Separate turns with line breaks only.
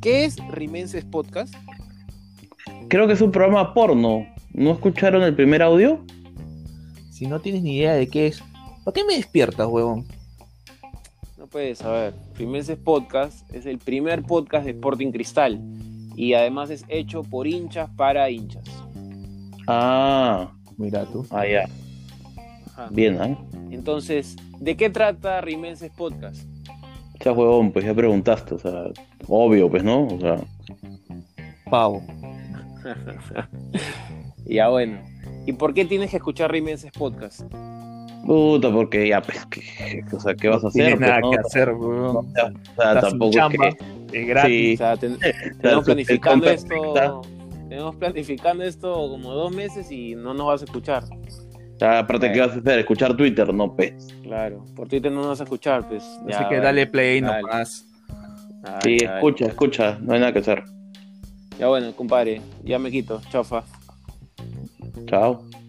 ¿Qué es Rimenses Podcast?
Creo que es un programa porno. ¿No escucharon el primer audio?
Si no tienes ni idea de qué es, ¿para qué me despiertas, huevón?
No puedes saber. Rimenses Podcast es el primer podcast de Sporting Cristal y además es hecho por hinchas para hinchas.
Ah,
Mira tú.
ah, ya.
Ajá.
Bien, ¿eh?
Entonces, ¿de qué trata Rimenses Podcast?
Ya huevón, pues ya preguntaste, o sea, obvio, pues, ¿no? O sea,
Pavo.
Ya bueno. ¿Y por qué tienes que escuchar Rimenses Podcast?
puta, porque ya, pues, que- que- o sea, ¿qué vas a hacer?
Tienes
pues,
nada
no?
que hacer, huevón.
O sea,
Estás sin
tampoco
chamba,
es
Ah, Es
que...
gratis.
O
Sí,
sea, ten-
o sea,
tenemos
el
planificando
contacto está-
esto. Tenemos planificando esto como dos meses y no nos vas a escuchar.
o sea, aparte, ¿qué vas a hacer? Escuchar Twitter, no, pues.
Claro. Por Twitter no nos vas a escuchar, pues. ya,
Así que
bueno.
dale play
Dale.
nomás.
Ah,
Sí,
ya,
escucha, escucha, no hay nada que hacer.
Ya bueno, compadre, ya me quito, chofa.
Chao.